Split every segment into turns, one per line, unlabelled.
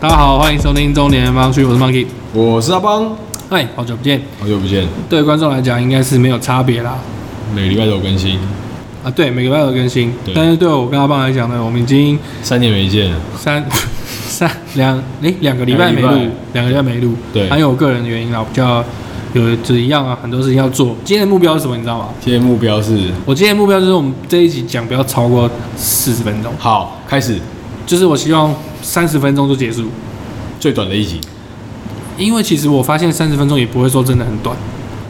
大家好，欢迎收听中年方区，我是 Monkey。
我是阿邦，
嗨，好久不见。
好久不见，
对观众来讲，应该是没有差别啦。
每个礼拜都有更新，
啊，对，每个礼拜都更新。
对
但是对我跟阿棒来讲呢，我们已经
三年没见了，
三 三两诶两个礼拜没
两个礼
录
拜，
两个礼拜没录。
对
还有我个人的原因啊，比较有就是一样啊，很多事情要做。今天的目标是什么？你知道吗？
今天目标是
我今天的目标就是我们这一集讲不要超过四十分钟，
好开始
就是我希望三十分钟就结束，
最短的一集，
因为其实我发现三十分钟也不会说真的很短。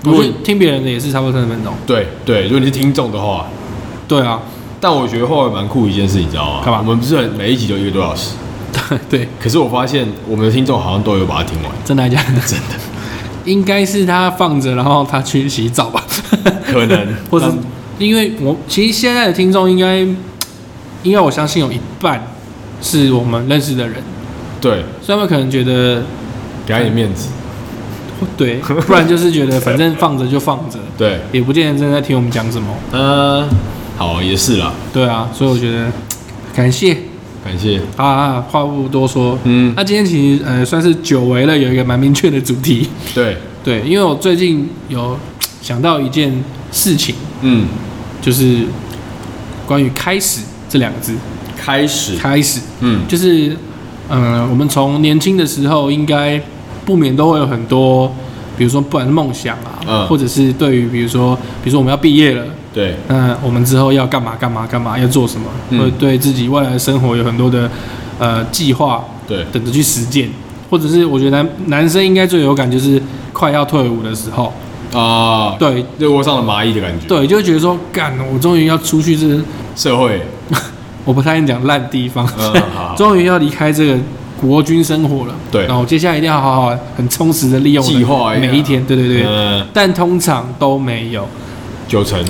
如
我
果
去听别人的也是差不多三十分钟。
对对，如果你是听众的话，
对啊，
但我觉得后来蛮酷一件事，你知道吗？
干嘛
我们不是很每一集就一个多小时，
对，
可是我发现我们的听众好像都有把它听完，
真的还假的？真的，应该是他放着，然后他去洗澡吧，
可能
或是因为我其实现在的听众应该，应该我相信有一半是我们认识的人，
对，
所以他们可能觉得
给他一点面子，
对，不然就是觉得反正放着就放着，
对，
也不见得真的在听我们讲什么。
嗯，好也是啦，
对啊，所以我觉得感谢
感谢，
啊啊，话不多说。
嗯，
那今天其实呃算是久违了，有一个蛮明确的主题。
对，
对，因为我最近有想到一件事情，
嗯，
就是关于“开始”这两个字。
嗯开始，
开始
嗯，
就是，嗯，我们从年轻的时候，应该不免都会有很多，比如说不管是梦想啊，
嗯
或者是对于比如说，比如说我们要毕业了，
对，
那我们之后要干嘛干嘛干嘛，要做什么，
嗯
或者对自己未来的生活有很多的呃计划，
对，
等着去实践。或者是我觉得男男生应该最有感就是快要退伍的时候，
啊，
对
热锅上的蚂蚁的感觉，，
对，就会觉得说，干，我终于要出去这
社会，
我不太愿意讲烂地方
嗯 好，好
终于要离开这个国军生活了。
对
那我接下来一定要好好、很充实的利用我的
计划一下
每一天。对对对，
嗯，
但通常都没有，
九成，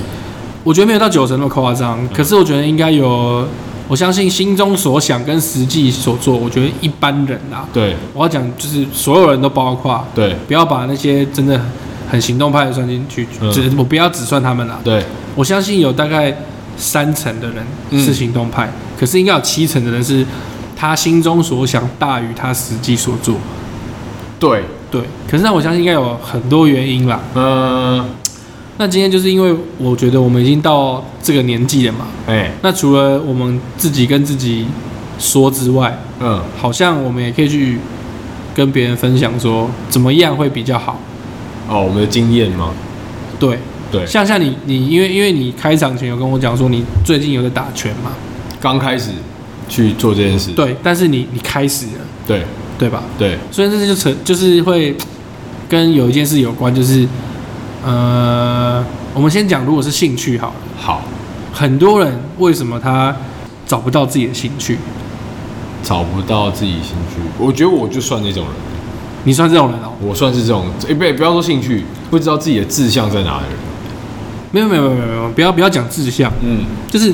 我觉得没有到九成那么夸
嗯
张，可是我觉得应该有。我相信心中所想跟实际所做，我觉得一般人啊，
对
我要讲就是所有人都包括，
对
不要把那些真的很行动派的算进去，
嗯
只我不要只算他们啦。
对，
我相信有大概三成的人是行动派，可是应该有七成的人是他心中所想大于他实际所做。
对，
对，可是那我相信应该有很多原因啦。
嗯，
那今天就是因为我觉得我们已经到这个年纪了嘛，
哎，
那除了我们自己跟自己说之外，
嗯，
好像我们也可以去跟别人分享说怎么样会比较好。
哦，我们的经验嘛，
对，
对，
像像你你因为因为你开场前有跟我讲说你最近有在打拳嘛，
刚开始去做这件事，
对，但是你你开始了，
对
对吧？
对，
所以这就成就是会跟有一件事有关，就是呃，我们先讲，如果是兴趣好了，
好，
很多人为什么他找不到自己的兴趣？
找不到自己兴趣，我觉得我就算那种人，
你算这种人哦、
我算是这种，哎，不，不要说兴趣，不知道自己的志向在哪的人，
没有没有没有没有没有，不要不要讲志向，
嗯，
就是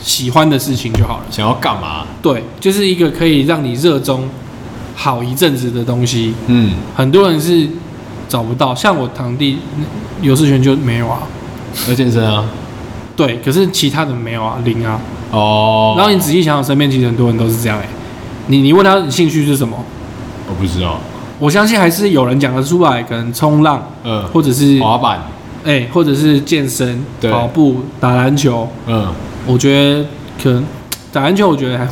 喜欢的事情就好了。
想要干嘛，
对，就是一个可以让你热衷好一阵子的东西，
嗯，
很多人是找不到。像我堂弟游世全就没有啊，
要健身啊，
对，可是其他的没有啊，零啊。
哦，
然后你仔细想想，身边其实很多人都是这样哎、你你问他你兴趣是什么，
我不知道，
我相信还是有人讲得出来，可能冲浪，
嗯，
或者是
滑板，
哎、或者是健身、
对
跑步、打篮球。
嗯，
我觉得可能打篮球，我觉得还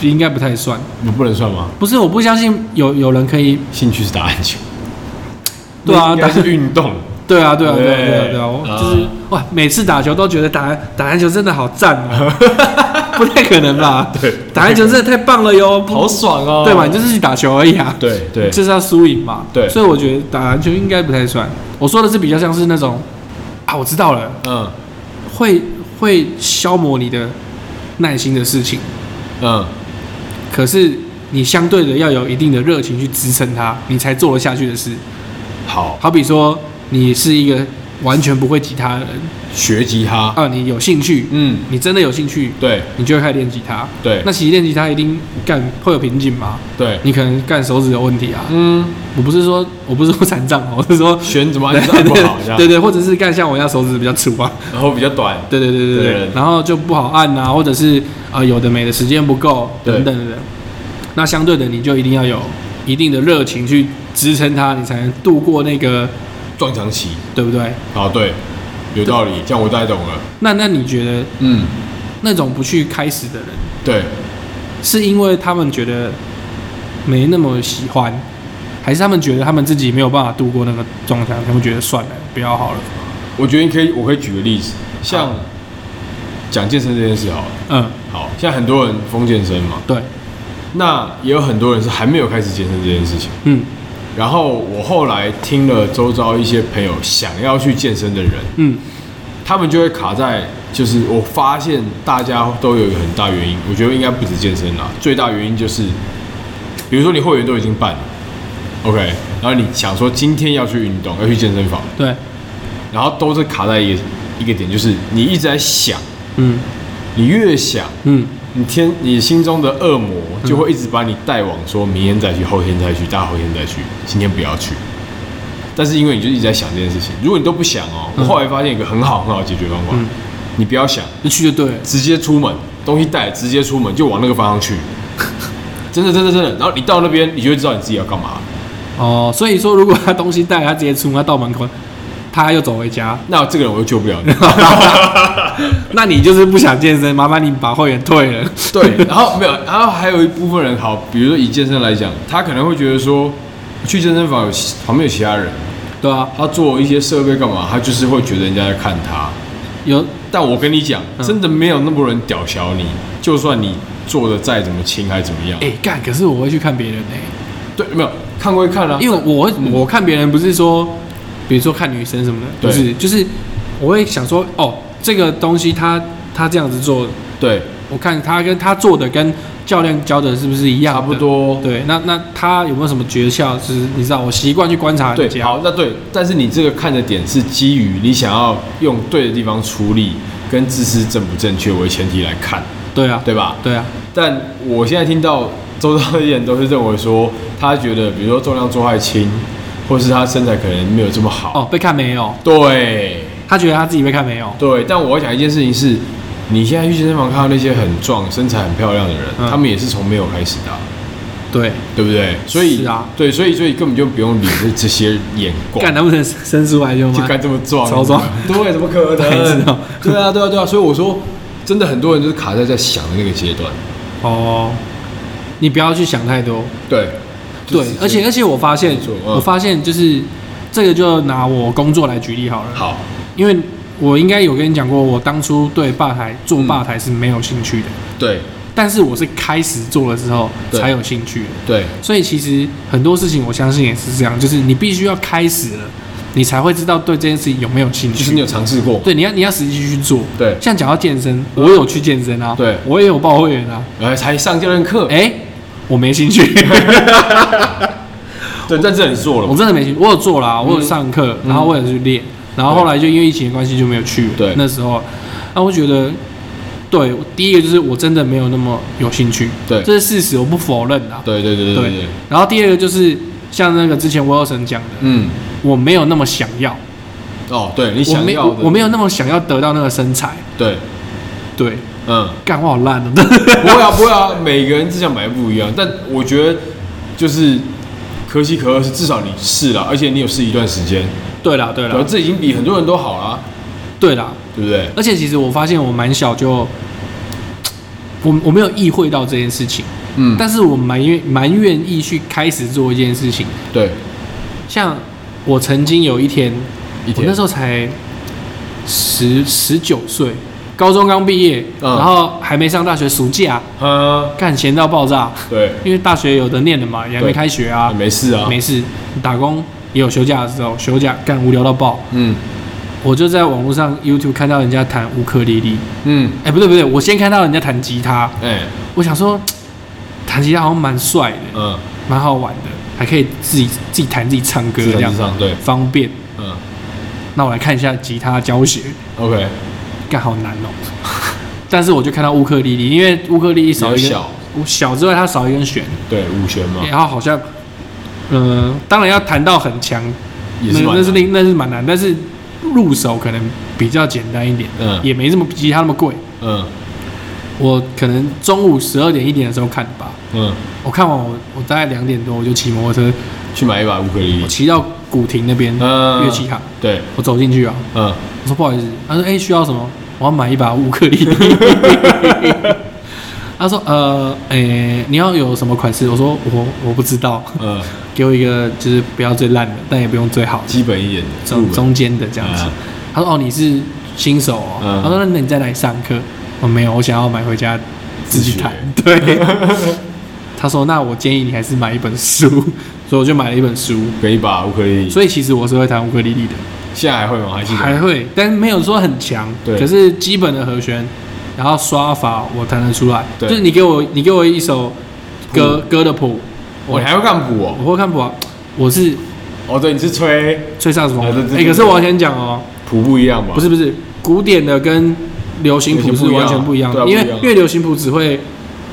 应该不太算。
你不能算吗？
不是，我不相信有有人可以。
兴趣是打篮球，
对啊，打
但是运动，
对啊，对啊，对啊，
对
对啊，对啊，我就是
嗯
哇，每次打球都觉得打打篮球真的好赞啊， 不太可能吧？
对，
打篮球真的太棒了哟，不
好爽哦，
对嘛？你就是去打球而已啊。
对对，
就是要输赢嘛。
对
所以我觉得打篮球应该不太算。我说的是比较像是那种啊，我知道了，
嗯
会会消磨你的耐心的事情，
嗯，
可是你相对的要有一定的热情去支撑它，你才做得下去的事。
好，
好比说，你是一个完全不会吉他的人
学吉他，
啊，你有兴趣，
嗯，
你真的有兴趣，
对
你就会开始练吉他。
对
那其实练吉他一定干会有瓶颈嘛，
对，
你可能干手指有问题啊。
嗯，
我不是说我不是说残障哦，我是说
弦怎么按
对
是
对
啊按不好这
对
样，
对，或者是干像我一样手指比较粗啊，
然后比较短，
对对对对
对
对，然后就不好按啊，或者是啊、呃有的没的时间不够
对
等等等等。那相对的，你就一定要有一定的热情去支撑它，你才能度过那个，
撞墙期。
对不对？
啊，对，有道理，这样我大概懂了。
那那你觉得
嗯，
那种不去开始的人，
对，
是因为他们觉得没那么喜欢，还是他们觉得他们自己没有办法度过那个撞墙，他们觉得算了，不要好了？
我觉得你可以，我可以举个例子，像
好
讲健身这件事好了。
嗯，
好，现在很多人疯健身嘛，
对，
那也有很多人是还没有开始健身这件事情。
嗯
然后我后来听了周遭一些朋友想要去健身的人，
嗯
他们就会卡在，就是我发现大家都有一个很大原因，我觉得应该不止健身啦，最大原因就是，比如说你会员都已经办了，OK，然后你想说今天要去运动，要去健身房，
对，
然后都是卡在一个一个点，就是你一直在想，
嗯
你越想，
嗯
你天你心中的恶魔就会一直把你带往说明天再去，后天再去，大后天再去，今天不要去。但是因为你就一直在想这件事情，如果你都不想哦，我
嗯
后来发现一个很好很好的解决方法，
嗯
你不要想，
就去就对了，
直接出门，东西带直接出门就往那个方向去。 真的真的真的，然后你到那边，你就会知道你自己要干嘛。
哦，所以说，如果他东西带，他直接出门，他到门口，他又走回家，
那这个人我就救不了你。
那你就是不想健身，麻烦你把会员退了。
对，然后没有，然后还有一部分人，好，比如说以健身来讲，他可能会觉得说，去健身房有其旁边有其他人，
对啊，
他做一些设备干嘛，他就是会觉得人家在看他。
有
但我跟你讲，
嗯
真的没有那么多人屌小你，就算你做的再怎么轻还怎么样，
哎干、可是我会去看别人哎、
对，没有看归看啊，
因为我会我看别人不是说，比如说看女生什么的，不
对
是，就是我会想说，哦，这个东西他他这样子做，
对，
我看他跟他做的跟教练教的是不是一样？
差不。多，
对，那那他有没有什么诀窍？就是你知道，我习惯去观察人
对，
家。
好，那对，但是你这个看的点是基于你想要用对的地方出力，跟自私正不正确为前提来看，
对啊，
对吧？
对啊，
但我现在听到周遭的人都是认为说，他觉得比如说重量做太轻，或是他身材可能没有这么好，
哦，被看没有？
对
他觉得他自己被看没有？
对。但我要讲一件事情是，你现在去健身房看到那些很壮、身材很漂亮的人，
嗯
他们也是从没有开始的啊、
对，
对不对？所以
是啊
对，所以所以根本就不用理这这些眼光。
干难不成生出来就
就
吗？
该这么壮，
超壮，
对，怎么可
白 痴哦
能？对啊，对啊，对啊，所以我说，真的很多人就是卡在在想的那个阶段，
哦，你不要去想太多。
对，就
对
是，
而且而且我发现
没错，嗯
我发现就是这个就拿我工作来举例好了，
好，
因为我应该有跟你讲过，我当初对吧台做
嗯
吧台是没有兴趣的，
对
但是我是开始做了之后
嗯对
才有兴趣的。
对
所以其实很多事情我相信也是这样，就是你必须要开始了，你才会知道对这件事情有没有兴
就是你
趣。
有尝试过，
对，你要你要实际去做。
对
像讲到健身，我有去健身啊，
对
我也有报会员啊，
呃，才上教练课，
哎、我没 兴趣。
对，但这里做
我
了，
真的没去，我有做啦，我有上课，
嗯
然后我有去练，然后后来就因为疫情的关系就没有去了。
对
那时候，那我觉得，对，第一个就是我真的没有那么有兴趣，
对
这是事实，我不否认啦。
对对对对对对，
然后第二个就是像那个之前 Wilson 讲的，
嗯，
我没有那么想要，
哦，对你
我
想
没
要
我
的，
我没有那么想要得到那个身材，
对，
对，
嗯，
干我好烂哦，
不会啊不会啊，每个人志向本来不一样，但我觉得就是可喜可贺是至少你试了，而且你有试一段时间，
对啊啦对
然后
啦
这已经比很多人都好啦，
对啦，
对不对？
而且其实我发现我蛮小就，我我没有意会到这件事情。
嗯，
但是我蛮愿蛮愿意去开始做一件事情。
对，
像我曾经有一天，
一
我
天
那时候才十十九岁，高中刚毕业，
嗯
然后还没上大学，暑假
啊，
干闲到爆炸，
对，
因为大学有的念了嘛，也还没
对
开学啊，
没事啊，
没事，打工也有休假的时候，休假干无聊到爆，
嗯
我就在网络上 YouTube 看到人家弹乌克丽丽，
嗯，
哎、不对不对，我先看到人家弹吉他，
哎，
我想说弹吉他好像蛮帅的，
嗯，
蛮好玩的，还可以自己自己弹自己唱歌
至
这
少
样
至，上对，
方便。
嗯
那我来看一下吉他教学，
，OK，
干好难哦、 但是我就看到乌克丽丽，因为乌克丽丽少
比
一哎
较
根
小，啊
小之外，它少一根弦，
对，五弦嘛，
然后好像，嗯、当然要弹到很强，
也是
那
蛮
那是
难
另那是蛮难，但是入手可能比较简单一点，
嗯
也没这么吉他那么贵。
嗯
我可能中午十二点一点的时候看的吧，
嗯，
我看完我我大概两点多我就骑摩托车，
去买一把乌克丽
我
丽，
骑到古亭那边
嗯
乐器行，
对，
我走进去啊，
嗯，
我说不好意思，他说哎、需要什么？我要买一把乌克丽丽。他说呃哎、你要有什么款式？我说我我不知道，
嗯，
给我一个就是不要最烂的，但也不用最好的，
基本一点的，入
中
门，
中间的这样子
嗯。
他说哦你是新手哦，
嗯
他说那你在哪里上课？我没有，我想要买回家自己弹。 对，他说那我建议你还是买一本书， 所以我就买了一本书。
跟一把乌克丽丽，
所以其实我是会弹乌克丽丽的。
现在还会吗？还记
还
得？
会，但没有说很强。
啊对
可是基本的和弦，然后刷法我弹得出来。
对
就是你给我，你给我一首歌歌的谱，
我
我
还会干补哦，
我会看谱啊。我是
哦，对，你是吹
吹萨克斯风
啊对
的。
对
哎，
对
可是我要先讲哦，
谱不一样吧？
不是不是，古典的跟流行谱是完全不一样的，
对
因
啊
为
不一样
因为流行谱只会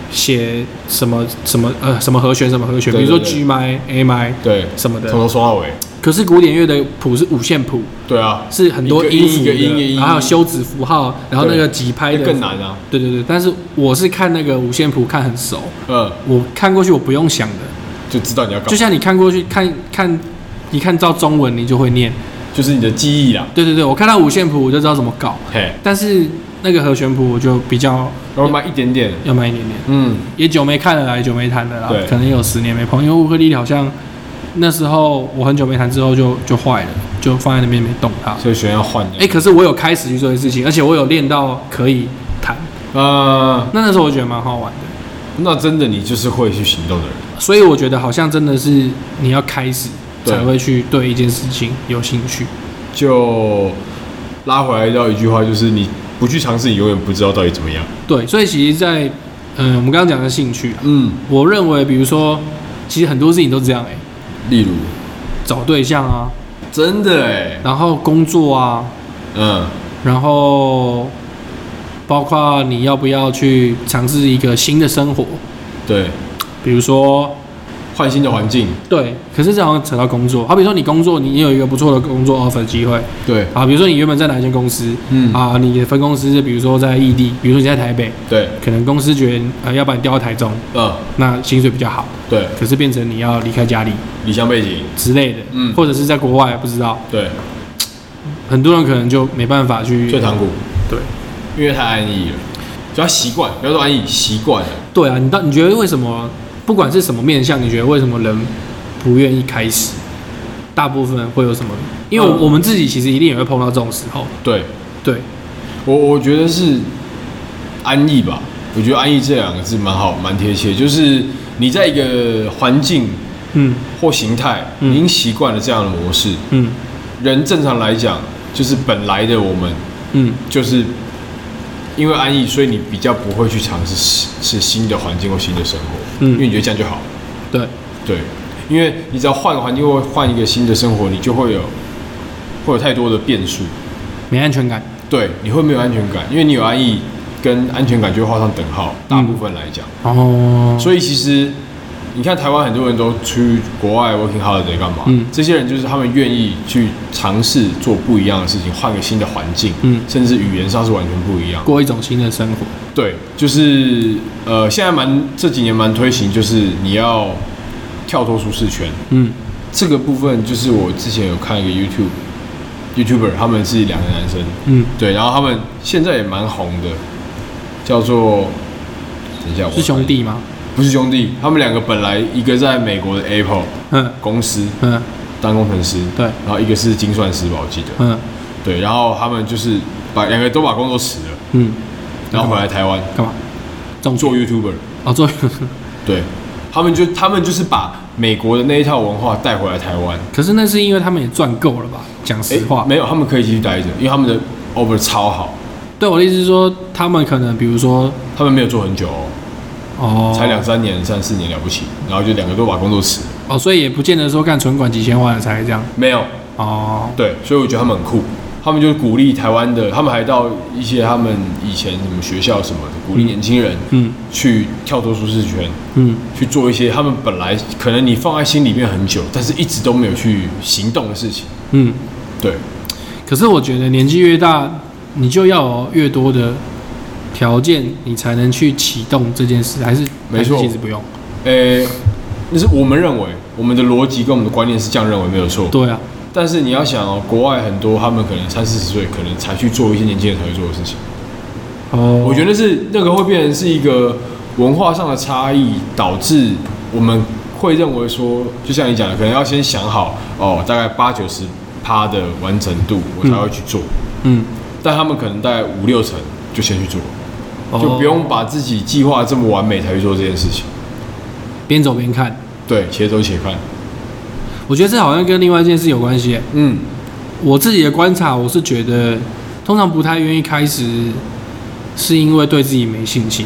写什么什么呃什么和弦什么和弦，比
对
如说
对
G 麦 A 麦
对，
什么
从
的。
头说到尾，
可是古典乐的谱是五线谱，
对啊，
是很多
一个
音
音
符
一个音一个
的，
音
然后还有休止符号，然后那个几拍的
更难啊，
对对对，但是我是看那个五线谱看很熟，
嗯，
我看过去我不用想的，
就知道你要干
就
嘛，
像你看过去看看，你看到中文你就会念。
就是你的记忆啦，
对对对，我看到五线谱我就知道怎么搞，
嘿，
但是那个和弦谱我就比较
然后慢一点点，
要慢一点点，
嗯，
也久没看了啦，也久没弹了啦
对，
可能有十年没碰，因为乌克丽丽好像那时候我很久没弹之后就就坏了，就放在那边没动它。
所以学员要换，
哎、可是我有开始去做这件事情，而且我有练到可以弹，
呃，
那那时候我觉得蛮好玩的，
那真的你就是会去行动的人，
所以我觉得好像真的是你要开始
对
才会去对一件事情有兴趣。
就拉回来到一句话，就是你不去尝试，你永远不知道到底怎么样，
对，所以其实在，嗯，我们刚刚讲的兴趣啊，
嗯，
我认为比如说，其实很多事情都这样哎、
例如，
找对象啊，
真的哎，
然后工作啊，
嗯，
然后包括你要不要去尝试一个新的生活，
对，
比如说
换新的环境，
对，可是这好像扯到工作。好比说你工作，你有一个不错的工作 offer 机会
对，
啊，比如说你原本在哪一间公司，
嗯
啊，你的分公司比如说在异地，比如说你在台北，
对，
可能公司觉得呃，要把你调到台中，
嗯，
那薪水比较好，
对，
可是变成你要离开家里
理想背景，
之类的，
嗯
或者是在国外不知道，
对，
很多人可能就没办法去
退堂鼓，
对
因为太安逸了，就要习惯，不要说安逸，习惯了。
对啊，你到你觉得为什么不管是什么面向，你觉得为什么人不愿意开始？大部分会有什么？因为我
嗯
我们自己其实一定也会碰到这种时候，
对
对，
我，我觉得是安逸吧。我觉得安逸这两个字蛮好，蛮贴切。就是你在一个环境
嗯
或形态，
嗯
已经习惯了这样的模式。
嗯
人正常来讲，就是本来的我们，
嗯，
就是因为安逸，所以你比较不会去尝试是新的环境或新的生活，
嗯
因为你觉得这样就好了。
对，
对，因为你只要换个环境或换一个新的生活，你就会有会有太多的变数，
没安全感，
对，你会没有安全感，因为你有安逸跟安全感就会画上等号，大部分来讲，
然后
所以其实你看台湾很多人都去国外 working holiday 干嘛？
嗯
这些人就是他们愿意去尝试做不一样的事情，换个新的环境，
嗯
甚至语言上是完全不一样的。
过一种新的生活，
对，就是呃，现在蛮这几年蛮推行，就是你要跳脱舒适圈。
嗯
这个部分就是我之前有看一个 YouTube YouTuber，他们是两个男生，
嗯，
对，然后他们现在也蛮红的，叫做等一下我
是兄，弟吗？
不是兄弟，他们两个本来一个在美国的 Apple
嗯
公司
嗯，
当工程师，
对，
然后一个是精算师吧，我记得，
嗯
对，然后他们就是把两个都把工作辞了，
嗯，
然后回来台湾
干嘛？种
做 YouTuber，
哦做，
对。他们就他们就是把美国的那一套文化带回来台湾，
可是那是因为他们也赚够了吧？讲实话，
没有，他们可以继续待着，因为他们的 offer 超好，
对我的意思是说，他们可能比如说
他们没有做很久哦，
哦，
才两三年、三四年了不起，然后就两个都把工作辞了，
哦，所以也不见得说干存款几千万了才这样
没有，
哦，
对，所以我觉得他们很酷，他们就鼓励台湾的，他们还到一些他们以前什么学校什么的，鼓励年轻人
嗯
去跳脱舒适圈，
嗯
去做一些他们本来可能你放在心里面很久，但是一直都没有去行动的事情，
嗯。
对，
可是我觉得年纪越大，你就要有越多的条件，你才能去启动这件事，还是
没错
还是其实不用，
诶、那是我们认为我们的逻辑跟我们的观念是这样认为没有错。
对啊，
但是你要想哦，国外很多他们可能三四十岁，可能才去做一些年轻人才会做的事情。
哦，
我觉得是那个会变成是一个文化上的差异，导致我们会认为说，就像你讲的，可能要先想好哦，大概八九十趴的完成度，我才会去做。
嗯，
但他们可能大概五六成就先去做，就
哦
不用把自己计划这么完美才去做这件事情。
边走边看。
对，且走且看。
我觉得这好像跟另外一件事有关系耶。
嗯，
我自己的观察，我是觉得通常不太愿意开始，是因为对自己没信心。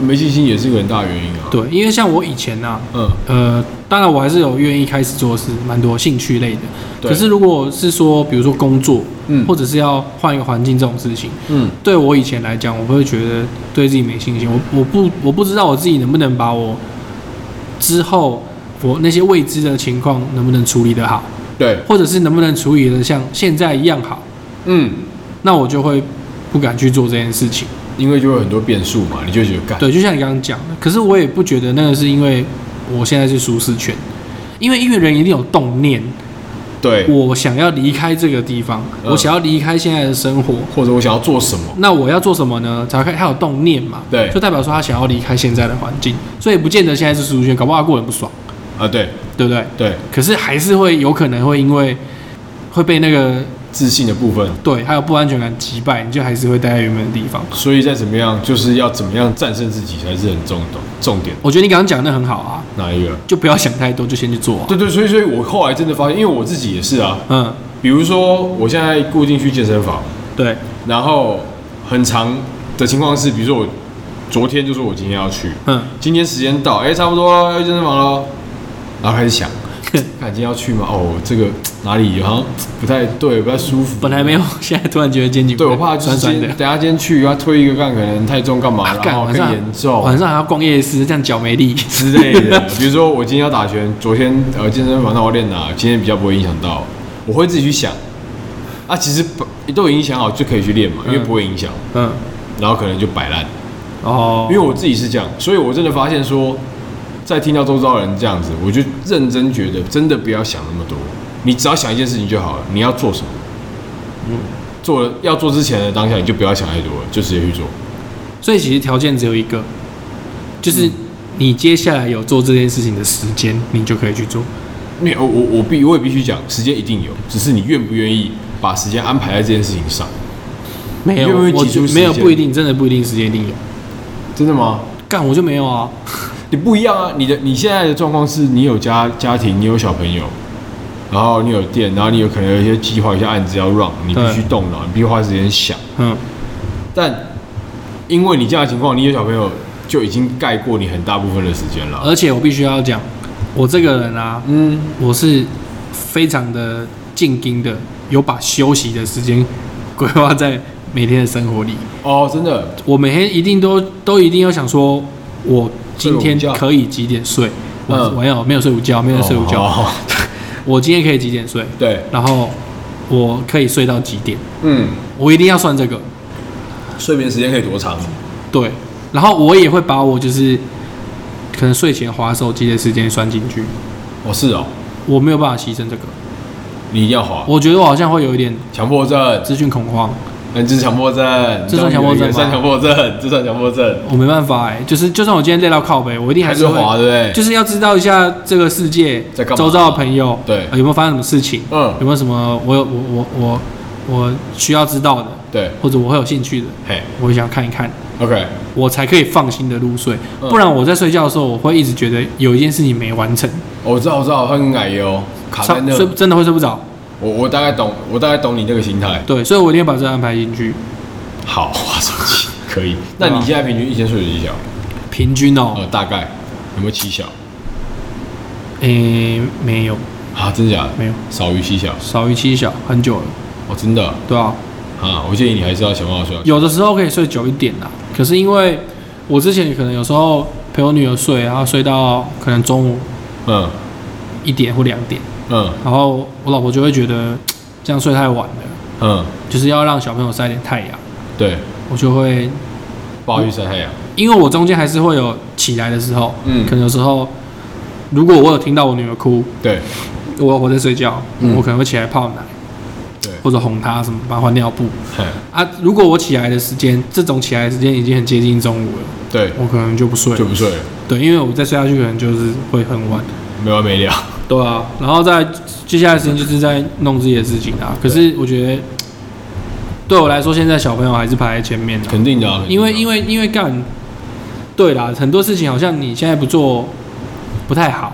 没信心也是一个很大的原因啊。，
对，因为像我以前呐、
嗯，
呃，当然我还是有愿意开始做的是蛮多兴趣类的。
对
可是如果是说，比如说工作，
嗯
或者是要换一个环境这种事情，
嗯，
对我以前来讲，我会觉得对自己没信心。我我不我不知道我自己能不能把我之后我那些未知的情况能不能处理得好，
对，
或者是能不能处理得像现在一样好，
嗯，
那我就会不敢去做这件事情。
因为就会有很多变数嘛，你就会觉得干。
对，就像你刚刚讲的，可是我也不觉得那个是因为我现在是舒适圈，因为音乐人一定有动念，
对，
我想要离开这个地方，
嗯
我想要离开现在的生活。
或者我想要做什么。
那我要做什么呢？才开他有动念嘛？
对
就代表说他想要离开现在的环境，所以不见得现在是舒适圈，搞不好他过得很不爽，
啊，对
对不对？
对，
可是还是会有可能会因为会被那个
自信的部分。
对还有不安全感击败，你就还是会待在原本的地方。
所以再怎么样，就是要怎么样战胜自己才是很重的重点。
我觉得你刚刚讲的很好啊，
哪一个？
就不要想太多，就先去做、啊。
对对，所以所以我后来真的发现，因为我自己也是啊。
嗯，
比如说，我现在固定去健身房，
对，
然后很长的情况是，比如说我昨天就说我今天要去，
嗯，
今天时间到，哎、差不多了要去健身房喽，然后开 始想，看今天要去吗？哦，这个哪里好像不太对，不太舒服。
本来没有，现在突然觉得肩颈
对我怕就是
酸
今
酸
天
的。
等下今天去要推一个杠，可能太重干嘛，
啊
然
干
后
晚
更
上
严重
晚上还要逛夜市，这样脚没力。
之类的。 比如说我今天要打拳，昨天呃健身房那我要练哪，今天比较不会影响到，我会自己去想。啊，其实不都有影响好就可以去练嘛，因为
嗯
不会影响，
嗯，
然后可能就摆烂。
哦，
因为我自己是这样，所以我真的发现说，在听到周遭人这样子，我就认真觉得真的不要想那么多，你只要想一件事情就好了，你要做什么，做了要做之前的当下你就不要想太多了，就直接去做。
所以其实条件只有一个，就是
嗯
你接下来有做这件事情的时间，你就可以去做。
没有，我我我必我也必须讲，时间一定有，只是你愿不愿意把时间安排在这件事情上。
没有，
因为会
我
挤出
就
时
没
间
有不一定，真的不一定时间一定有。
真的吗？
干我就没有啊，
你不一样啊！你的你现在的状况是你有家家庭，你有小朋友，然后你有店，然后你有可能有一些计划、一些案子要 run，你必须
对
动脑，你必须花时间想。
嗯，
但因为你这样的情况，你有小朋友就已经盖过你很大部分的时间了。
而且我必须要讲，我这个人啊，
嗯，
我是非常的进盯的，有把休息的时间规划在每天的生活里。
哦，真的，
我每天一定都都一定要想说，我今天
睡午觉
可以几点睡？我
嗯
没有没有睡午觉，没有睡午觉。
哦
我今天可以几点睡？
对，
然后我可以睡到几点，
嗯，
我一定要算这个。
睡眠时间可以多长？
对，然后我也会把我就是可能睡前划手机的时间算进去，
哦，是哦，
我没有办法牺牲这个。
你一定要滑。
我觉得我好像会有一点
强迫症，
资讯恐慌，
嗯，这是强迫症，
这算强迫症吗
这算强迫症，这算强迫症，
我没办法哎、就是就算我今天累到靠背，我一定还
还
是
是
会，
滑，对不对？
就是要知道一下这个世界
在干嘛
周遭的朋友
对
呃有没有发生什么事情，
嗯
有没有什么我有我我我我需要知道的，
对，
或者我会有兴趣的，
嘿
我会想看一看。
，OK，
我才可以放心的入睡，
嗯
不然我在睡觉的时候，我会一直觉得有一件事情没完成，
哦我知道，我知道，他很矮油，卡在那
睡，真的会睡不着。
我我大概懂，我大概懂你那个心态。
对，所以我一定要把这安排进去。
好，滑手机可以。那你现在平均一天睡几小？
平均哦，
呃，大概有没有七小？
诶、没有，
啊，真的假的？
没有，
少于七小。
少于七小，很久了，
哦，真的
对啊。
啊，我建议你还是要想办法睡到。
有的时候可以睡久一点啦，可是因为我之前可能有时候陪我女儿睡，然后睡到可能中午
嗯
一点或两点，
嗯
然后我老婆就会觉得这样睡太晚了，
嗯，
就是要让小朋友晒点太阳，
对，
我就会
不好意思晒太阳。哎
因为我中间还是会有起来的时候，
嗯
嗯，可能有时候如果我有听到我女儿哭，
对
我我在睡觉，
嗯
我可能会起来泡奶
对，
或者哄她什么，帮她换尿布
嘿
啊。如果我起来的时间，这种起来的时间已经很接近中午了，
对，
我可能就不睡
就，不睡了，
对，因为我再睡下去可能就是会很晚，
没完没了。
对啊。然后再接下来的时间就是在弄自己的事情啊。可是我觉得对我来说，现在小朋友还是排在前面的、
肯定的、啊，
因为因
为
为因为干，对啦，很多事情好像你现在不做不太好，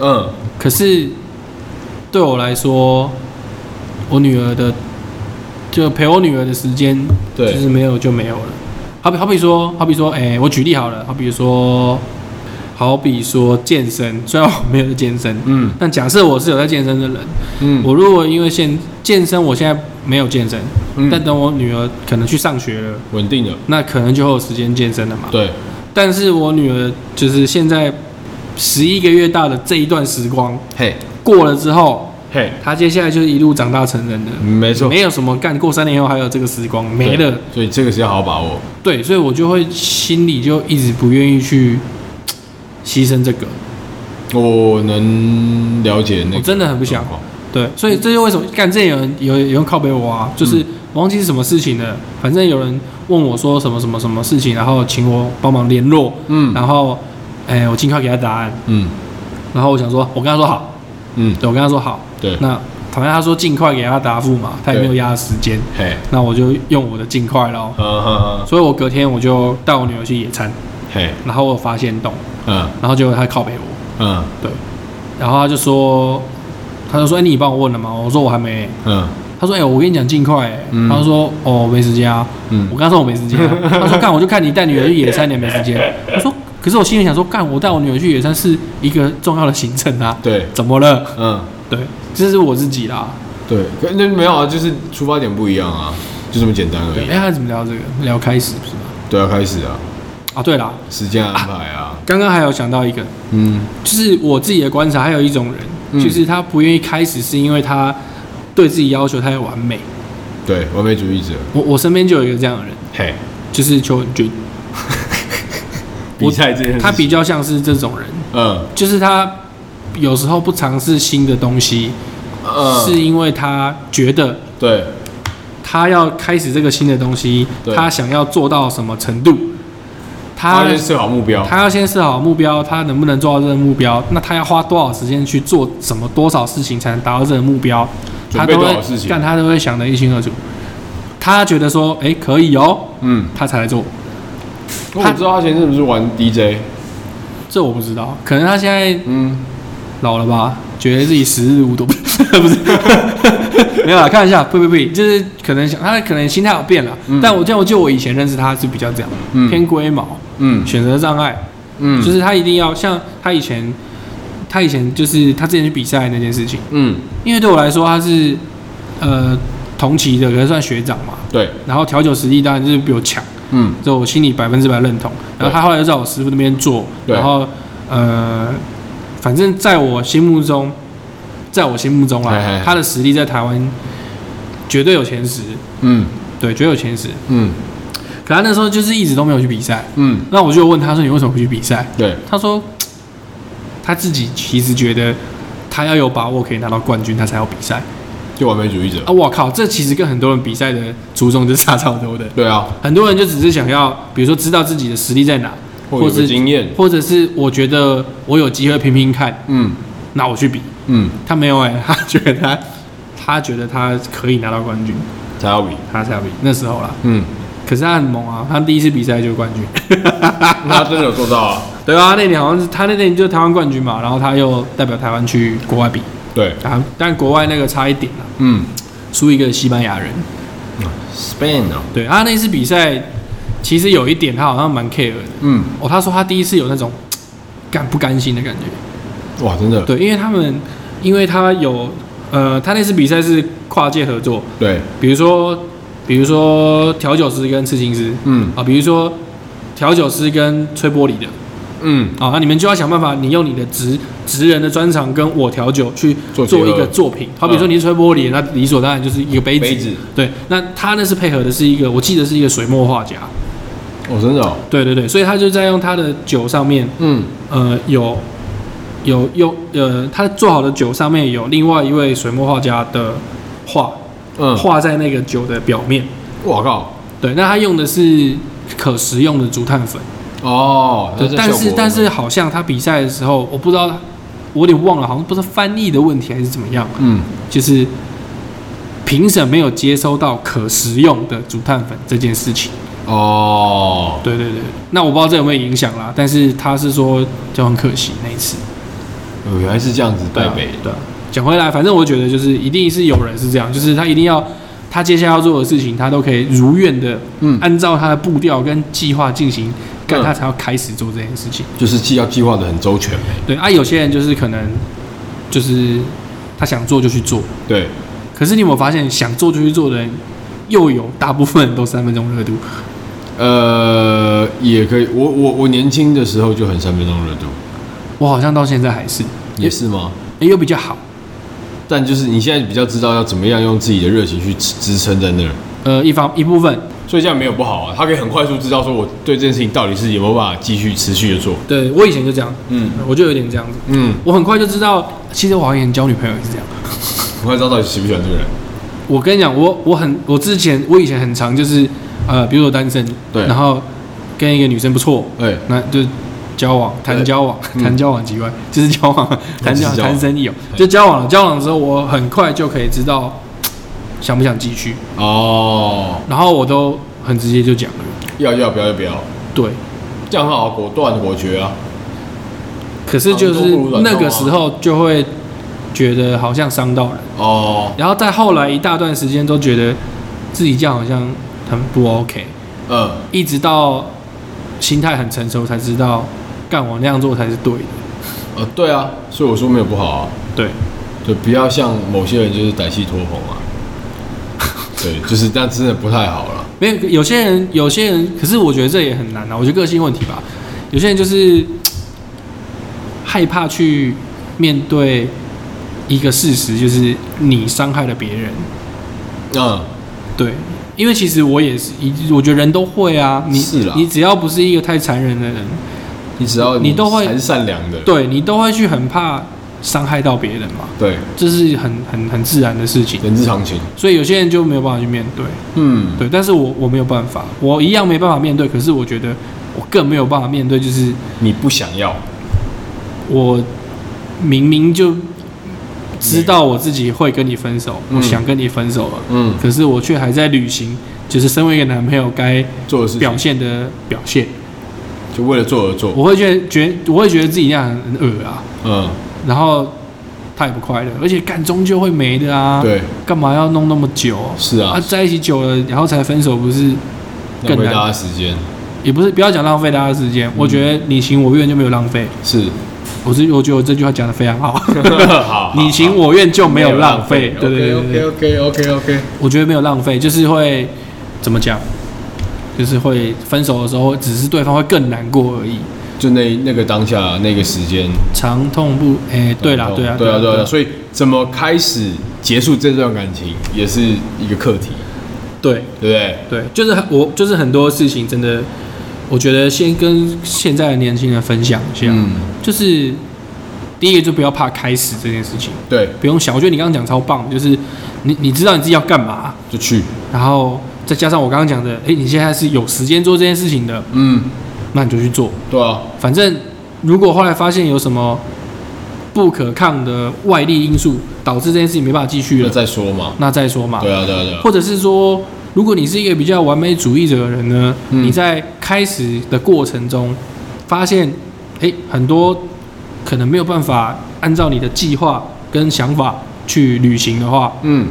嗯，
可是对我来说，我女儿的就陪我女儿的时间，
对
就是没有就没有了。好比好比说，好比说，哎、我举例好了，好比说，好比说健身，虽然我没有在健身，
嗯
但假设我是有在健身的人，
嗯，
我如果因为现健身，我现在没有健身，
嗯
但等我女儿可能去上学了，
稳定的，
那可能就会有时间健身了嘛。
对，
但是我女儿就是现在十一个月大的这一段时光
嘿
过了之后，
嘿，
她接下来就是一路长大成人的，
没错，
没有什么干过三年后还有这个时光没
对
了。，
所以这个是要好好把握。
对，所以我就会心里就一直不愿意去牺牲这个。
我能了解那个，哦
我真的很不想
状况
对，所以这就为什么干这有人有有人靠背我啊，就是我忘记是什么事情了，反正有人问我说什么什么什么事情，然后请我帮忙联络，
嗯
然后，哎、我尽快给他答案，
嗯
然后我想说，我跟他说好，
嗯，
对我跟他说好，
对，
那反正他说尽快给他答复嘛，他也没有压时间，
嘿，
那我就用我的尽快咯。
嗯哼，
所以我隔天我就带我女儿去野餐，
嘿，
然后我有发现洞，
嗯
然后结果她靠北我，
嗯
对，然后她就说，她就说，哎、你帮我问了吗？我说我还没、
嗯
她说，哎、我跟你讲尽快、欸，
嗯
她说，哦，没时间啊，我
嗯，
刚说我没时间、啊，她说干，我就看你带女儿去野餐，你也没时间，我说，可是我心里想说，干，我带我女儿去野餐是一个重要的行程啊，
对，
怎么了？
嗯
对，这是我自己啦，
对，可那没有啊，就是出发点不一样啊，就这么简单而
对，
已。
哎、他怎么聊这个？聊开始是吧？
对啊，开始啊，
啊，对啦，
时间安排啊，
刚刚还有想到一个，
嗯
就是我自己的观察，还有一种人，
嗯
就是他不愿意开始，是因为他对自己要求太完美。
对，完美主义者，
我我身边就有一个这样的人，
嘿，
就是邱文君，
比赛这件事，
他比，较像是这种人，
嗯
就是他有时候不尝试新的东西，
嗯，
是因为他觉得
对，
他要开始这个新的东西
对，
他想要做到什么程度，
他先设好目标，
他要先设好目标，他能不能做到这个目标？那他要花多少时间去做什么多少事情才能达到这个目标？
准
他
备
都
多
会
少事情
干，他都会想得一清二楚。他觉得说，哎、可以哦，
嗯，
他才来做。
我知道他前阵子是玩 DJ，
这我不知道，可能他现在
嗯，
老了吧，觉得自己时日无多，不 是，没有啦，开玩笑，不不不，就是可能想他可能心态有变了。
嗯
但我这样，我就我以前认识他是比较这样，
嗯
偏龟毛，
嗯
选择障碍。
嗯，
就是他一定要像他以前，他以前就是他之前去比赛那件事情，
嗯，
因为对我来说他是呃同期的，可是算学长嘛，
对，
然后调酒实力当然就是比我强，
嗯
这我心里百分之百认同。然后他后来就在我师傅那边做，
对
然后呃，反正在我心目中，在我心目中
嘿嘿
啊
嘿，
他的实力在台湾绝对有前十，
嗯
对，绝对有前十。
嗯
可他那时候就是一直都没有去比赛，
嗯，
那我就问他说：“你为什么不去比赛？”
对，
他说他自己其实觉得他要有把握可以拿到冠军，他才要比赛
就完美主义者
啊！，我靠，这其实跟很多人比赛的 初衷就是差超多的。
对啊，
很多人就只是想要，比如说知道自己的实力在哪，
或者有个经验，
或者是我觉得我有机会拼拼看，
嗯
那我去比。
嗯，
他没有哎、 他觉得他他觉得他可以拿到冠军，
才要比，
他才要比那时候啦。
嗯，
可是他很猛啊，他第一次比赛就冠军。
那他真的有做到啊，
对啊，那年好像是他那年就是台湾冠军嘛，然后他又代表台湾去国外比，
对，
啊，但国外那个差一点啊，
嗯
输一个西班牙人。
，Spain 啊，
对，他那次比赛其实有一点他好像蛮 care 的
嗯，
哦，他说他第一次有那种甘不甘心的感觉。
哇，真的，
对，因为他们因为他有呃，他那次比赛是跨界合作，
对，
比如说比如说调酒师跟刺青师
嗯
啊，比如说调酒师跟吹玻璃的
嗯，
啊，那你们就要想办法，你用你的职职人的专长跟我调酒去
做
做
结合
一个作品。好比说你是吹玻璃，那理所当然就是一个杯子。
杯子
对，那他那是配合的是一个，我记得是一个水墨画家，
哦，真的哦，
对对对，所以他就在用他的酒上面，
嗯，
呃，有有用呃，他做好的酒上面有另外一位水墨画家的画，
嗯，
画在那个酒的表面。
我靠，
对，那他用的是可食用的竹炭粉，
哦，
对，但是但是
是，
好像他比赛的时候，我不知道，我有点忘了，好像不是翻译的问题还是怎么样，
嗯，
就是评审没有接收到可食用的竹炭粉这件事情。
哦，
对对对，那我不知道这有没有影响啦，但是他是说就很可惜那一次。
呃原来是这样子
对
败
啊
北，
对啊。讲回来，反正我觉得就是一定是有人是这样，就是他一定要他接下来要做的事情，他都可以如愿的，
嗯
按照他的步调跟计划进行，干
嗯
他才要开始做这件事情。
就是计要计划的很周全呗，
对啊，有些人就是可能就是他想做就去做，
对，
可是你有没有发现想做就去做的人，又有大部分人都三分钟热度？
呃，也可以，我我我年轻的时候就很三分钟热度，
我好像到现在还是，
也是吗？
也又比较好，
但就是你现在比较知道要怎么样用自己的热情去支支撑在那儿，
呃，一方一部分，
所以这样没有不好啊，他可以很快速知道说我对这件事情到底是有没有办法继续持续的做，
对我以前就这样，
嗯
我就有点这样子，
嗯，
我很快就知道，其实我好像以前交女朋友也是这样。
很快知道到底喜不喜欢这个人，
我跟你讲，我我很我之前我以前很常就是呃，比如说我单身，
对
然后跟一个女生不错，
对，
那就交往谈
对
交往
嗯
谈交往奇怪，就是交往谈交
就是交往
谈生意哦，
对
就交往了交往之后，我很快就可以知道想不想继续，
哦，
然后我都很直接就讲了，
要要不要就不要，
对。
这样很好，果断果决啊，
可是就是
长痛不如短痛啊
那个时候就会觉得好像伤到人，
哦，
然后再后来一大段时间都觉得自己这样好像很不 OK，
嗯，
一直到心态很成熟才知道，干我那样做才是对的。
呃，对啊，所以我说没有不好啊，
对，
就不要像某些人就是歹戏拖棚 啊，对，就是但真的不太好了，
没有有些人，有些人，可是我觉得这也很难啊。我觉得个性问题吧，有些人就是害怕去面对一个事实，就是你伤害了别人。
嗯，
对，因为其实我也是，一我觉得人都会啊。你
是啦
你只要不是一个太残忍的人，
你只要
你都会
还是善良的，
对你都会去很怕伤害到别人嘛，
对，
这是很很很自然的事情。
人之常情，
所以有些人就没有办法去面对。
嗯，
对，但是我我没有办法，我一样没办法面对。可是我觉得我更没有办法面对，就是
你不想要，
我明明就知道我自己会跟你分手，
嗯
我想跟你分手了，
嗯，
可是我却还在履行，就是身为一个男朋友该
做的事情
表现的表现。
就为了做而做，
我会觉得觉，我会觉得自己那样很很恶啊，
嗯，
然后他也不快乐，而且干终究会没的啊。。
对，
干嘛要弄那么久？
是啊
啊，，在一起久了，然后才分手，不是
浪
更
费
难
大家时间，
也不是不要讲浪费大家时
嗯
间，我觉得你情我愿就没有浪费。
是，
我是我觉得我这句话讲的非常好，
好
你情我愿就没有浪费。对对对对对，
，OK OK OK OK，
我觉得没有浪费，就是会怎么讲，就是会分手的时候，只是对方会更难过而已。
就那那个当下那个时间，
长痛不哎、对啦对啦
对啊对啊，
啦
所以怎么开始结束这段感情也是一个课题，
对
对不对？
对，就是很我就是很多事情真的，我觉得先跟现在的年轻人分享一下，
嗯，
就是第一个就不要怕开始这件事情。
对，
不用想，我觉得你刚刚讲超棒，就是你你知道你自己要干嘛，
就去，
然后再加上我刚刚讲的，哎、你现在是有时间做这件事情的，
嗯，
那你就去做。
对啊，
反正如果后来发现有什么不可抗的外力因素导致这件事情没办法继续
那
了，
再说嘛，
那再说嘛。
对啊对啊对啊，
或者是说，如果你是一个比较完美主义者的人呢，
嗯
你在开始的过程中发现，哎、很多可能没有办法按照你的计划跟想法去旅行的话，
嗯，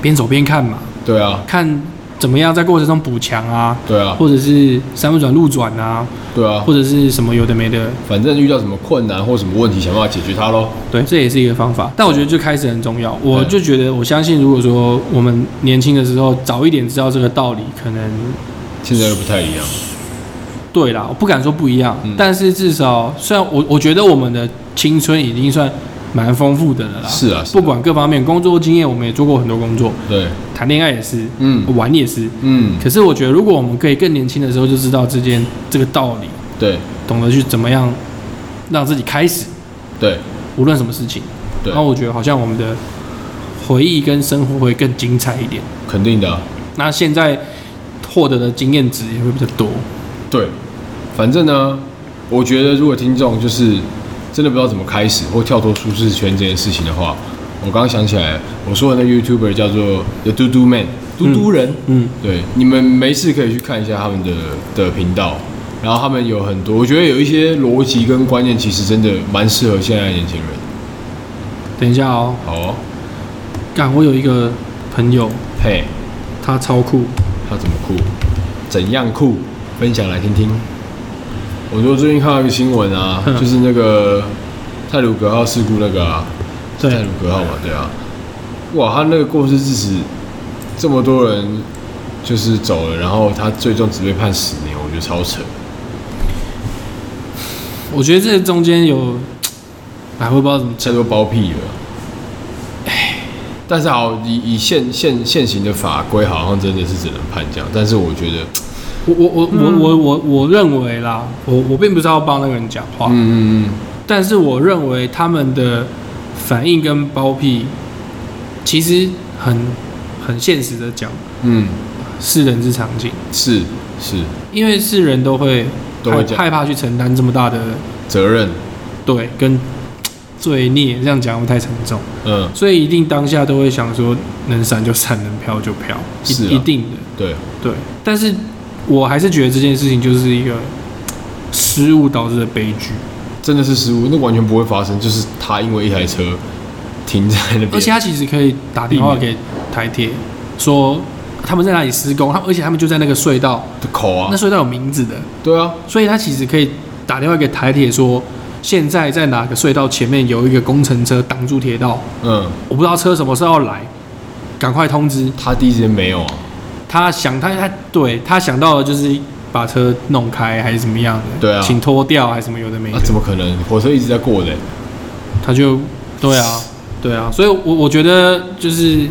边走边看嘛，
对啊
看怎么样在过程中补强啊，
对啊
或者是三不转路转啊，
对啊，
或者是什么有的没的，
反正遇到什么困难或什么问题，想办法解决它喽。
对，这也是一个方法。但我觉得就开始很重要，我就觉得我相信，如果说我们年轻的时候早一点知道这个道理，可能
现在又不太一样，
对啦，我不敢说不一样，
嗯
但是至少虽然我我觉得我们的青春已经算蛮丰富的了啦。
是啊是啊
不管各方面工作经验，我们也做过很多工作，
对，
谈恋爱也是，
嗯
玩也是。
嗯，
可是我觉得，如果我们可以更年轻的时候就知道这件这个道理，
对
懂得去怎么样让自己开始，
对
无论什么事情，
对
然后，我觉得好像我们的回忆跟生活会更精彩一点。
肯定的啊、
那现在获得的经验值也会比较多。
对，反正呢，我觉得如果听众就是真的不知道怎么开始或跳脱舒适圈这件事情的话，我刚刚想起来，我说的那 YouTuber 叫做 The Do Do Man，嘟嘟人。
嗯，
对，你们没事可以去看一下他们的的频道，然后他们有很多，我觉得有一些逻辑跟观念，其实真的蛮适合现在的年轻人。
等一下哦，
好哦，
干，我有一个朋友，
嘿，
他超酷，
他怎么酷？怎样酷？分享来听听。我就最近看到一个新闻啊，
嗯
就是那个泰鲁格号事故那个啊，是泰
对
鲁，格号嘛，对啊。哇，他那个过失致死，这么多人就是走了，然后他最终只被判十年，我觉得超扯。
我觉得这中间有，哎，我也不知道怎么
太多包庇了。但是好，以以现现现行的法规，好像真的是只能判这样。但是我觉得，
我我我我我我我认为啦，我我并不是要帮那个人讲话，
嗯嗯嗯，
但是我认为他们的反应跟包庇，其实很很现实的讲，
嗯，
是人之常情，
是是
因为是人都会
都会
害
这样
害怕去承担这么大的
责任，
对跟罪孽，这样讲会太沉重，
嗯，
所以一定当下都会想说，能闪就闪，能飘就飘，一、
是啊
一定的。
对，
对，但是我还是觉得这件事情就是一个失误导致的悲剧，
真的是失误，那完全不会发生。就是他因为一台车停在那边，
而且他其实可以打电话给台铁说他们在哪里施工，他而且他们就在那个隧道，
的口啊
那，隧道有名字的，
对啊，
所以他其实可以打电话给台铁说。现在在哪个隧道前面有一个工程车挡住铁道，
嗯，
我不知道车什么时候来，赶快通知。
他第一时间没有啊，
他想他他对他想到的就是把车弄开还是怎么样的，
对啊
请脱掉还是什么有的没的。
啊，怎么可能？火车一直在过的、
他就对啊，对啊，所以我我觉得就是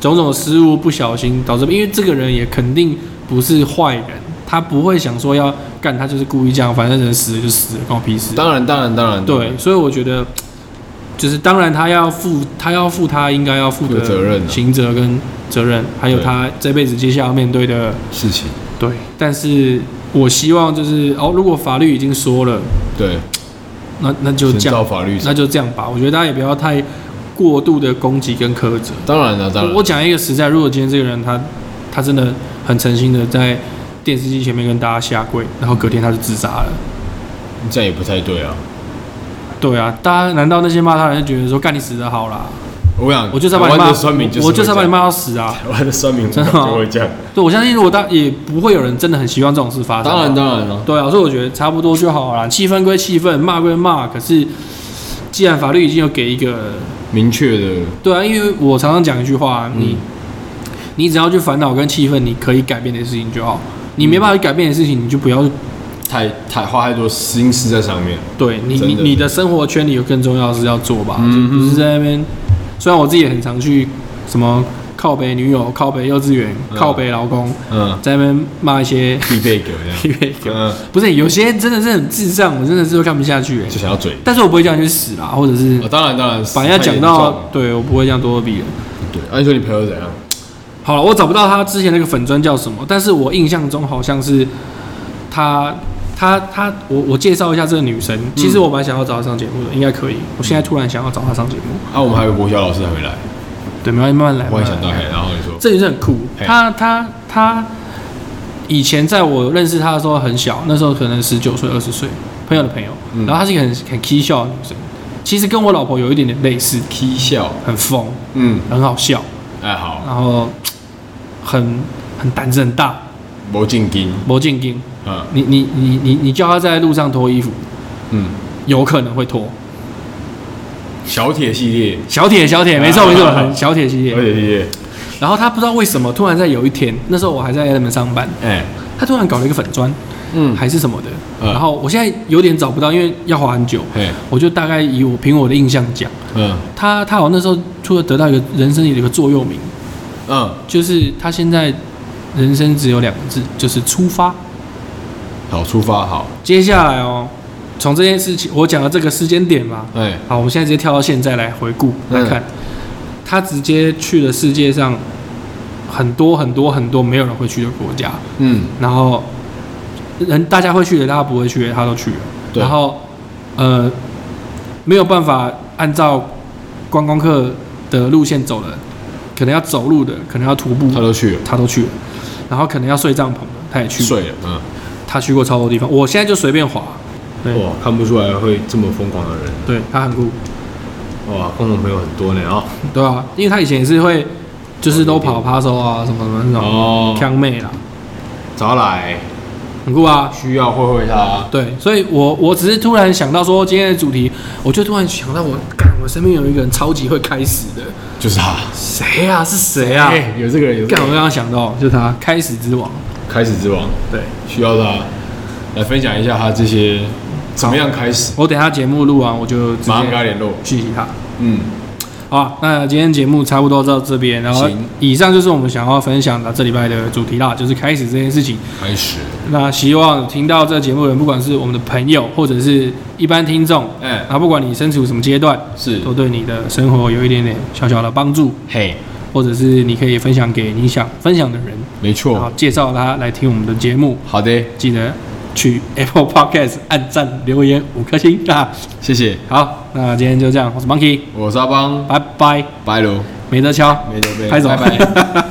种种失误不小心导致，因为这个人也肯定不是坏人，他不会想说要干，他就是故意这样，反正人死了就死了，关我屁事。
当然，当然，当然，
对，所以我觉得就是当然他要负他要负他应该要负的
负责任啊
刑责跟责任，还有
对
他这辈子接下来要面对的
事情，
对，但是我希望就是哦，如果法律已经说了，
对，
那那就这
遵
样
照法律，
那就这样吧。我觉得大家也不要太过度的攻击跟苛责。
当然了、当然
我我讲一个实在，如果今天这个人他他真的很诚心的在电视机前面跟大家下跪，然后隔天他就自杀了。
这样也不太对啊。
对啊，大家难道那些骂他的人就觉得说干你死的好啦？
我想，
我就是要把
台
你
湾
骂，
的酸民就是
我就是要把你
会这样，
骂到死啊！
台湾的酸民
真的哦吗
就会这样。
对，我相信如果大也不会有人真的很希望这种事发生。
当然，当然了，
对啊，所以我觉得差不多就好了啦。气氛归气氛，骂归骂，可是既然法律已经有给一个，
明确的，
对啊，因为我常常讲一句话，啊你、
嗯
你只要去烦恼跟气氛你可以改变的事情就好，你没办法去改变的事情，你就不要
太太花太多心思在上面。
对你
真
你
的
你的生活圈里有更重要的事要做吧，
嗯
就不是在那边。虽然我自己也很常去什么靠北女友、靠北幼稚园、
嗯
靠北老公，
嗯，
在那边骂一些
必备狗这样。
匹配狗，
嗯，
不是有些真的是很智障，我真的是会看不下去、欸
就。想要嘴。
但是我不会叫你去死啦，或者是
啊，当然当然，
把人家讲
太严
到
重了，
对我不会这样咄咄逼人。
对。啊，你说你朋友怎样？
好了，我找不到他之前那个粉砖叫什么，但是我印象中好像是他，他，他，我我介绍一下这个女生。其实我蛮想要找她上节目的，应该可以。我现在突然想要找她上节目，
啊，我们还有国小老师还没来，
对，没关系，慢慢来。
我
慢
还
慢
想到
来
还，然后你说，
这女生很酷，
嘿
她她她以前在我认识她的时候很小，那时候可能十九岁、二十岁，朋友的朋友。
嗯
然后她是一个很很 k 笑的女生，其实跟我老婆有一点点类似，
踢笑，
很疯，
嗯，
很好笑，
哎好，
然后很很胆子很大，
魔镜金，
魔镜金。
嗯
你你你你你叫他在路上脱衣服，
嗯，
有可能会脱。
小铁系列，
小铁小铁，没错没错，
啊
很小铁系
小
列。
铁系列，
然后他不知道为什么，突然在有一天，那时候我还在 e l e m e n 上班，
哎，
他突然搞了一个粉砖，
嗯，
还是什么的。
嗯
然后我现在有点找不到，因为要滑很久，
嘿，
我就大概以我凭我的印象讲，
嗯
他他好像那时候除了得到一个人生里的一个座右铭，
嗯，
就是他现在人生只有两个字，就是出发。
好，出发好，
接下来哦，从这件事情我讲的这个时间点嘛，
哎，
好，我们现在直接跳到现在来回顾来
嗯
看，他直接去了世界上很多很多很多没有人会去的国家，
嗯，
然后人大家会去的，大家不会去的，他都去了。
对
然后呃，没有办法按照观光客的路线走的，可能要走路的，可能要徒步
他
的，
都去了，
他都去了。然后可能要睡帐篷的，他也去。
睡了，嗯。
他去过超多地方。我现在就随便滑。对
哇，看不出来会这么疯狂的人，
对他很酷，
哇，共同朋友很多呢哦。
对啊，因为他以前也是会，就是都跑趴手啊什么什么那种
哦，
枪妹啦，
早来
很酷啊。
需要会会他，
对，所以我我只是突然想到说今天的主题，我就突然想到我，干，我身边有一个人超级会开始的，
就是他，
谁呀、啊？是谁呀、啊？
哎，有这个人，有这
干，
个
我
人
刚刚想到，就是他，开始之王。
开始之王，
对，
需要他来分享一下他这些怎么样开始，
我等一下节目录完，我就直
马上跟他
接
联络。
去息他。
嗯，
好啊，那今天节目差不多到这边，然后
行
以上就是我们想要分享的这礼拜的主题啦，就是开始这件事情。
开始，
那希望听到这个节目的人，不管是我们的朋友或者是一般听众，呃
哎
然，后不管你身处什么阶段，啊
是，
都对你的生活有一点点小小的帮助，
嘿，
或者是你可以分享给你想分享的人，
没
然后
错，
介绍他来听我们的节目。
好的，
记得去 Apple Podcast 按赞、留言五颗星啊！
谢谢，
好，那今天就这样，我是 Monkey，
我是阿邦，
拜拜，
拜喽，
没得敲，
没得
拍手。
拜拜。